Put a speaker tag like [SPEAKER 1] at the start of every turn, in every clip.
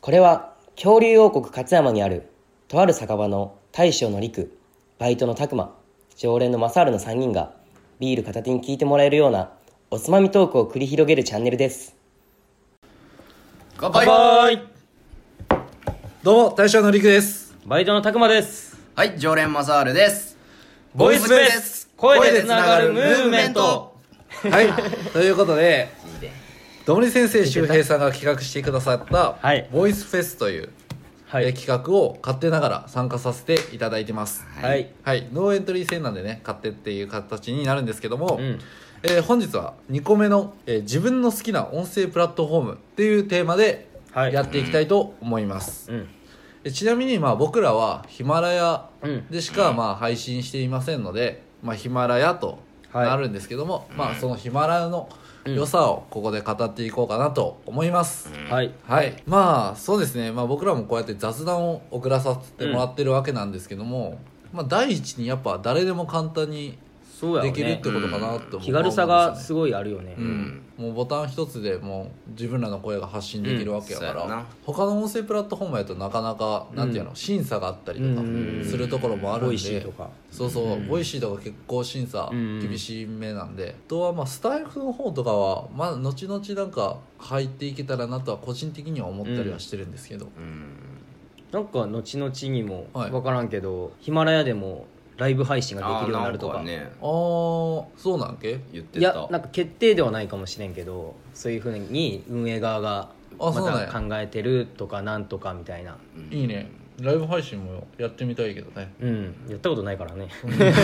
[SPEAKER 1] これは恐竜王国勝山にあるとある酒場の大将の陸バイトの拓磨常連のマサールの3人がビール片手に聞いてもらえるようなおつまみトークを繰り広げるチャンネルです
[SPEAKER 2] 乾
[SPEAKER 3] 乾
[SPEAKER 2] 杯
[SPEAKER 3] 杯
[SPEAKER 4] どうも、大将のりく です。
[SPEAKER 3] バイトのたくまです
[SPEAKER 2] はい常連マサールです
[SPEAKER 3] ボイスフェス声でつながるムーブメント
[SPEAKER 4] はい。ということで、どもり先生周平さんが企画してくださった、
[SPEAKER 3] はい
[SPEAKER 4] ボイスフェスという、
[SPEAKER 3] は
[SPEAKER 4] えー
[SPEAKER 3] い
[SPEAKER 4] 企画を勝手ながら参加させていただいてます。
[SPEAKER 3] はい
[SPEAKER 4] はい。ノーエントリー制なんでね、勝手っていう形になるんですけども、
[SPEAKER 3] うん
[SPEAKER 4] えー本日は2個目の、えー自分の好きな音声プラットフォームっていうテーマで
[SPEAKER 3] はい
[SPEAKER 4] やっていきたいと思います。
[SPEAKER 3] うん
[SPEAKER 4] えちなみにまあ僕らはヒマラヤ
[SPEAKER 3] うん
[SPEAKER 4] でしかまあ配信していませんので、まあ、ヒマラヤとなるんですけども、まあ、そのヒマラヤの良さをここで語っていこうかなと思います、
[SPEAKER 3] はい
[SPEAKER 4] はいまあそうですね、まあ、僕らもこうやって雑談を送らさせてもらってるわけなんですけども、まあ、第一にやっぱ誰でも簡単に
[SPEAKER 3] そうやろ
[SPEAKER 4] で
[SPEAKER 3] う
[SPEAKER 4] きるっ
[SPEAKER 3] ね
[SPEAKER 4] てことかなと、
[SPEAKER 3] 気軽さがす
[SPEAKER 4] ごい
[SPEAKER 3] ごいあるよね
[SPEAKER 4] うん、もうボタン一つでもう自分らの声が発信できるわけやから、
[SPEAKER 2] うんそうやな
[SPEAKER 4] 他の音声プラットフォームやとなかなか、なんていうの審査があったり
[SPEAKER 3] う
[SPEAKER 4] とか
[SPEAKER 3] ん
[SPEAKER 4] するところもあるんで、
[SPEAKER 3] ボイシーとか
[SPEAKER 4] そうそう、ボイシーとか結構審査
[SPEAKER 3] うん
[SPEAKER 4] 厳しめなんで、あとはまあスタイフの方とかはまあ後々なんか入っていけたらなとは個人的には思ったりはしてるんですけど、
[SPEAKER 3] なんか後々にも
[SPEAKER 4] はい
[SPEAKER 3] 分からんけどヒマラヤでもライブ配信がで
[SPEAKER 2] あ
[SPEAKER 3] きるようにな
[SPEAKER 2] な
[SPEAKER 3] る
[SPEAKER 2] る
[SPEAKER 3] と
[SPEAKER 2] と
[SPEAKER 3] か
[SPEAKER 2] かね
[SPEAKER 4] あーそうなんけ
[SPEAKER 2] 言って
[SPEAKER 3] いや
[SPEAKER 2] た
[SPEAKER 3] なんか決定ではないかもしれんけどそういうふうに運営側が
[SPEAKER 4] あ
[SPEAKER 3] ま
[SPEAKER 4] そうなんや
[SPEAKER 3] た考えてるとかなんとかみたいない
[SPEAKER 4] いねライブ配信もやってみたいけどね
[SPEAKER 3] うんやったことないからね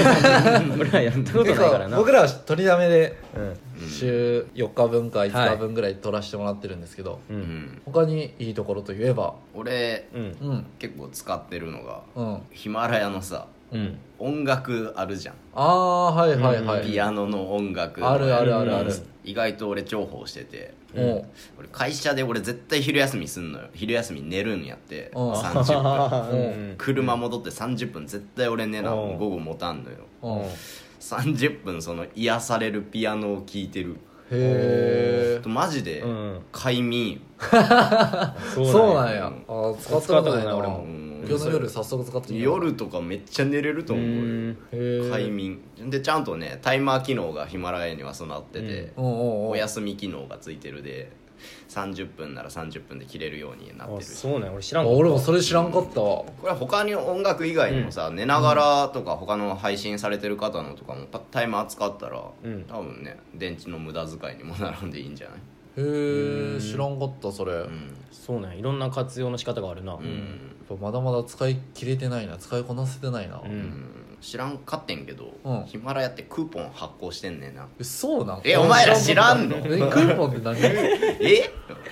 [SPEAKER 3] 俺らやったことないからな
[SPEAKER 4] 僕らは取りだめで
[SPEAKER 3] うん
[SPEAKER 4] 週4日分か5
[SPEAKER 3] は
[SPEAKER 4] 日
[SPEAKER 3] い
[SPEAKER 4] 分ぐらい撮らせてもらってるんですけど、
[SPEAKER 3] う
[SPEAKER 2] うんん
[SPEAKER 4] 他にいいところといえば
[SPEAKER 2] 俺
[SPEAKER 3] うん
[SPEAKER 4] うん
[SPEAKER 2] 結構使ってるのが
[SPEAKER 4] うん
[SPEAKER 2] ヒマラヤのさ
[SPEAKER 3] うん
[SPEAKER 2] 音楽あるじゃん
[SPEAKER 4] ああはいはいはい、
[SPEAKER 2] ピアノの音楽
[SPEAKER 4] あるあるあるある
[SPEAKER 2] 意外と俺重宝してて
[SPEAKER 4] うん
[SPEAKER 2] 俺会社で俺絶対昼休みすんのよ昼休み寝るんやって
[SPEAKER 4] うん
[SPEAKER 2] 30 分
[SPEAKER 3] うん
[SPEAKER 2] 車戻って30分絶対俺寝な
[SPEAKER 3] うん
[SPEAKER 2] 午後持たんのよ
[SPEAKER 4] うんへ
[SPEAKER 2] 30分その癒されるピアノを聴いてる
[SPEAKER 4] え
[SPEAKER 2] マジで
[SPEAKER 3] うん
[SPEAKER 2] 快眠
[SPEAKER 4] そうなん
[SPEAKER 3] や
[SPEAKER 4] やあー使った
[SPEAKER 3] 使ったこ
[SPEAKER 4] ことないな
[SPEAKER 3] とない俺
[SPEAKER 4] 俺
[SPEAKER 3] も
[SPEAKER 4] も
[SPEAKER 2] うん
[SPEAKER 4] 今日の夜早速使ってみよう
[SPEAKER 2] 夜とかめっちゃ寝れると
[SPEAKER 3] う
[SPEAKER 2] 思うんよ
[SPEAKER 4] へえ
[SPEAKER 2] 快眠でちゃんとねタイマー機能がヒマラヤには備わってて
[SPEAKER 4] うんうんうん
[SPEAKER 2] お休み機能がついてるで30分なら30分で切れるようになって
[SPEAKER 3] あ
[SPEAKER 2] るし
[SPEAKER 3] そうなんや俺知ら
[SPEAKER 4] あ
[SPEAKER 3] んかった
[SPEAKER 4] 俺もそれ知らんかったわ
[SPEAKER 2] これ他に音楽以外にもさ、寝ながらとか他の配信されてる方のとかもパタイマー使ったら、
[SPEAKER 3] うん
[SPEAKER 2] 多分ね電池の無駄遣いにもならんでいいんじゃない
[SPEAKER 4] へえ知らんかったそれ、やっ
[SPEAKER 3] そうなんやいろんな活用の仕方があるなうん
[SPEAKER 4] ぱまだまだ使い切れてないな使いこなせてないな、
[SPEAKER 2] 知らんかってんけど、
[SPEAKER 4] うん
[SPEAKER 2] ヒマラヤってクーポン発行してんねんな
[SPEAKER 4] えそうなん
[SPEAKER 2] えお前ら知らんの
[SPEAKER 4] えクーポンって何
[SPEAKER 2] え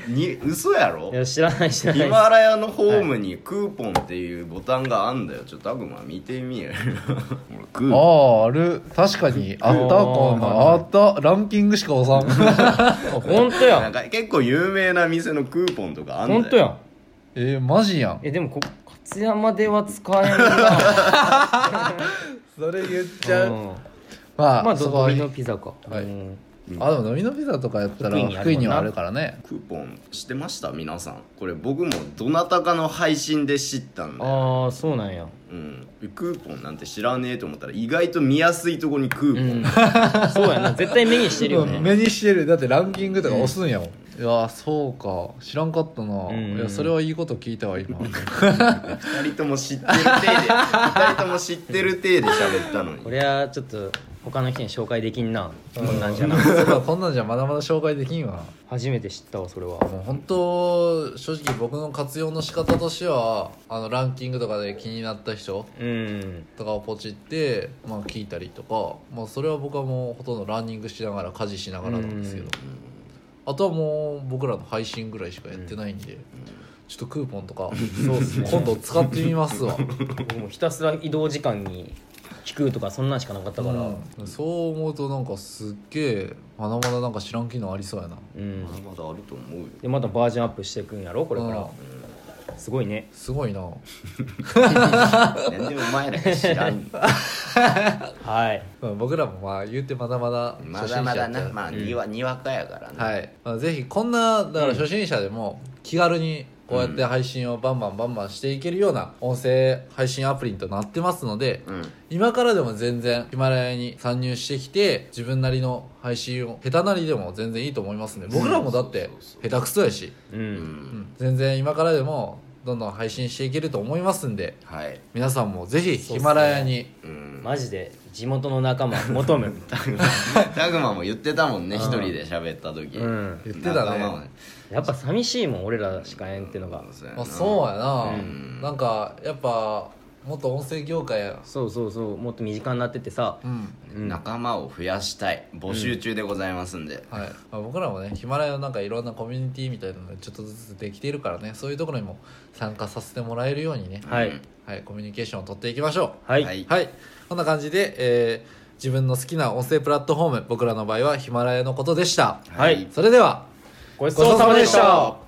[SPEAKER 2] に嘘やろ
[SPEAKER 3] いや知らない知ら
[SPEAKER 2] ヒ
[SPEAKER 3] ない
[SPEAKER 2] マラヤのホームにクーポンっていうボタンがあんだよちょっとアグマ見て みよクーポン
[SPEAKER 4] ああある確かにあったこんなあったランキングしか押さん
[SPEAKER 3] あ本当
[SPEAKER 2] なん
[SPEAKER 3] や
[SPEAKER 2] か結構有名な店のクーポンとかあんだよ
[SPEAKER 3] 本当やん
[SPEAKER 4] えー、マジやん
[SPEAKER 3] えでもこ勝山では使えんな
[SPEAKER 4] それ言っち
[SPEAKER 3] うん
[SPEAKER 4] まあ、
[SPEAKER 3] まあ
[SPEAKER 4] そ
[SPEAKER 3] ド
[SPEAKER 4] こは
[SPEAKER 3] ドミノピザか
[SPEAKER 4] はい
[SPEAKER 3] うん
[SPEAKER 4] あでも飲みのピザとかやった
[SPEAKER 3] 福井
[SPEAKER 4] ら
[SPEAKER 3] にあるもんな
[SPEAKER 4] 福井にはあるからね
[SPEAKER 2] クーポン知ってました皆さんこれ僕もどなたかの配信で知ったんだよ
[SPEAKER 3] ああそうなんや
[SPEAKER 2] うん、クーポンなんて知らねえと思ったら意外と見やすいとこにクーポン、
[SPEAKER 3] そう やな絶対目にしてるよね
[SPEAKER 4] 目にしてるだってランキングとか押すんやもん、いやーそうか知らんかったな、
[SPEAKER 3] んうん
[SPEAKER 4] いやそれはいいこと聞いた わ今
[SPEAKER 2] 2人とも知ってる体で2人とも知ってる体で喋ったのに
[SPEAKER 3] これはちょっと他の人に紹介できんなこんなんじゃな
[SPEAKER 4] そうかこんなんじゃまだまだ紹介できんわ
[SPEAKER 3] 初めて知ったわそれは
[SPEAKER 4] もう本当正直僕の活用の仕方としてはあのランキングとかで気になった人
[SPEAKER 3] うん
[SPEAKER 4] とかをポチって、まあ、聞いたりとか、まあ、それは僕はもうほとんどランニングしながら家事しながらなんですけど、
[SPEAKER 3] うん
[SPEAKER 4] あとはもう僕らの配信ぐらいしかやってないんで、ちょっとクーポンとか
[SPEAKER 3] そうっすね
[SPEAKER 4] 今度使ってみま すわ、
[SPEAKER 3] 僕もひたすら移動時間に聞くとかそんなんしかなかったから
[SPEAKER 4] うんそう思うとなんかすっげえまだまだなんか知らん機能ありそうやな
[SPEAKER 3] うん
[SPEAKER 2] まだまだあると思うよ
[SPEAKER 3] でまたバージョンアップしていくんやろこれからすごいね
[SPEAKER 4] すごいな
[SPEAKER 2] なんでお前らが知ら ん
[SPEAKER 3] はい
[SPEAKER 4] うん僕らもまあ言ってまだまだ
[SPEAKER 2] まだまだ
[SPEAKER 4] や
[SPEAKER 2] な
[SPEAKER 4] から
[SPEAKER 2] まあにわにわかやからな、
[SPEAKER 4] はい、まあ、ぜひこんなだから初心者でも気軽にこうやって配信をバンバンバンバンしていけるような音声配信アプリとなってますので、
[SPEAKER 2] うん
[SPEAKER 4] 今からでも全然ヒマラヤに参入してきて自分なりの配信を下手なりでも全然いいと思いますね僕らもだって下手くそやし、
[SPEAKER 3] う
[SPEAKER 2] うん
[SPEAKER 4] うんん、全然今からでもどんどん配信していけると思いますんで
[SPEAKER 2] はい
[SPEAKER 4] 皆さんもぜひヒマラヤに
[SPEAKER 2] うん
[SPEAKER 3] マジで地元の仲間を求む
[SPEAKER 2] タグマも言ってたもんね一人で喋った時
[SPEAKER 3] うん
[SPEAKER 4] 言ってたね
[SPEAKER 2] 仲間は
[SPEAKER 3] やっぱ寂しいもん俺らしかえんってのが
[SPEAKER 2] そうや
[SPEAKER 4] ま
[SPEAKER 2] な
[SPEAKER 4] あ、そうやな、
[SPEAKER 2] うん
[SPEAKER 4] なんかやっぱもっと音声業界や
[SPEAKER 3] そうそうそうもっと身近になってってさ
[SPEAKER 4] うん
[SPEAKER 3] うん
[SPEAKER 2] 仲間を増やしたい募集中でございますんで、
[SPEAKER 4] はいまあ、僕らもねヒマラヤのなんかいろんなコミュニティみたいなのがちょっとずつできているからねそういうところにも参加させてもらえるようにね、
[SPEAKER 3] はい
[SPEAKER 2] うん
[SPEAKER 4] はい、コミュニケーションを取っていきましょう
[SPEAKER 3] はい、
[SPEAKER 2] はい
[SPEAKER 4] はい、こんな感じで、えー自分の好きな音声プラットフォーム僕らの場合はヒマラヤのことでした
[SPEAKER 3] はい
[SPEAKER 4] それでは
[SPEAKER 3] ごちそうさまでした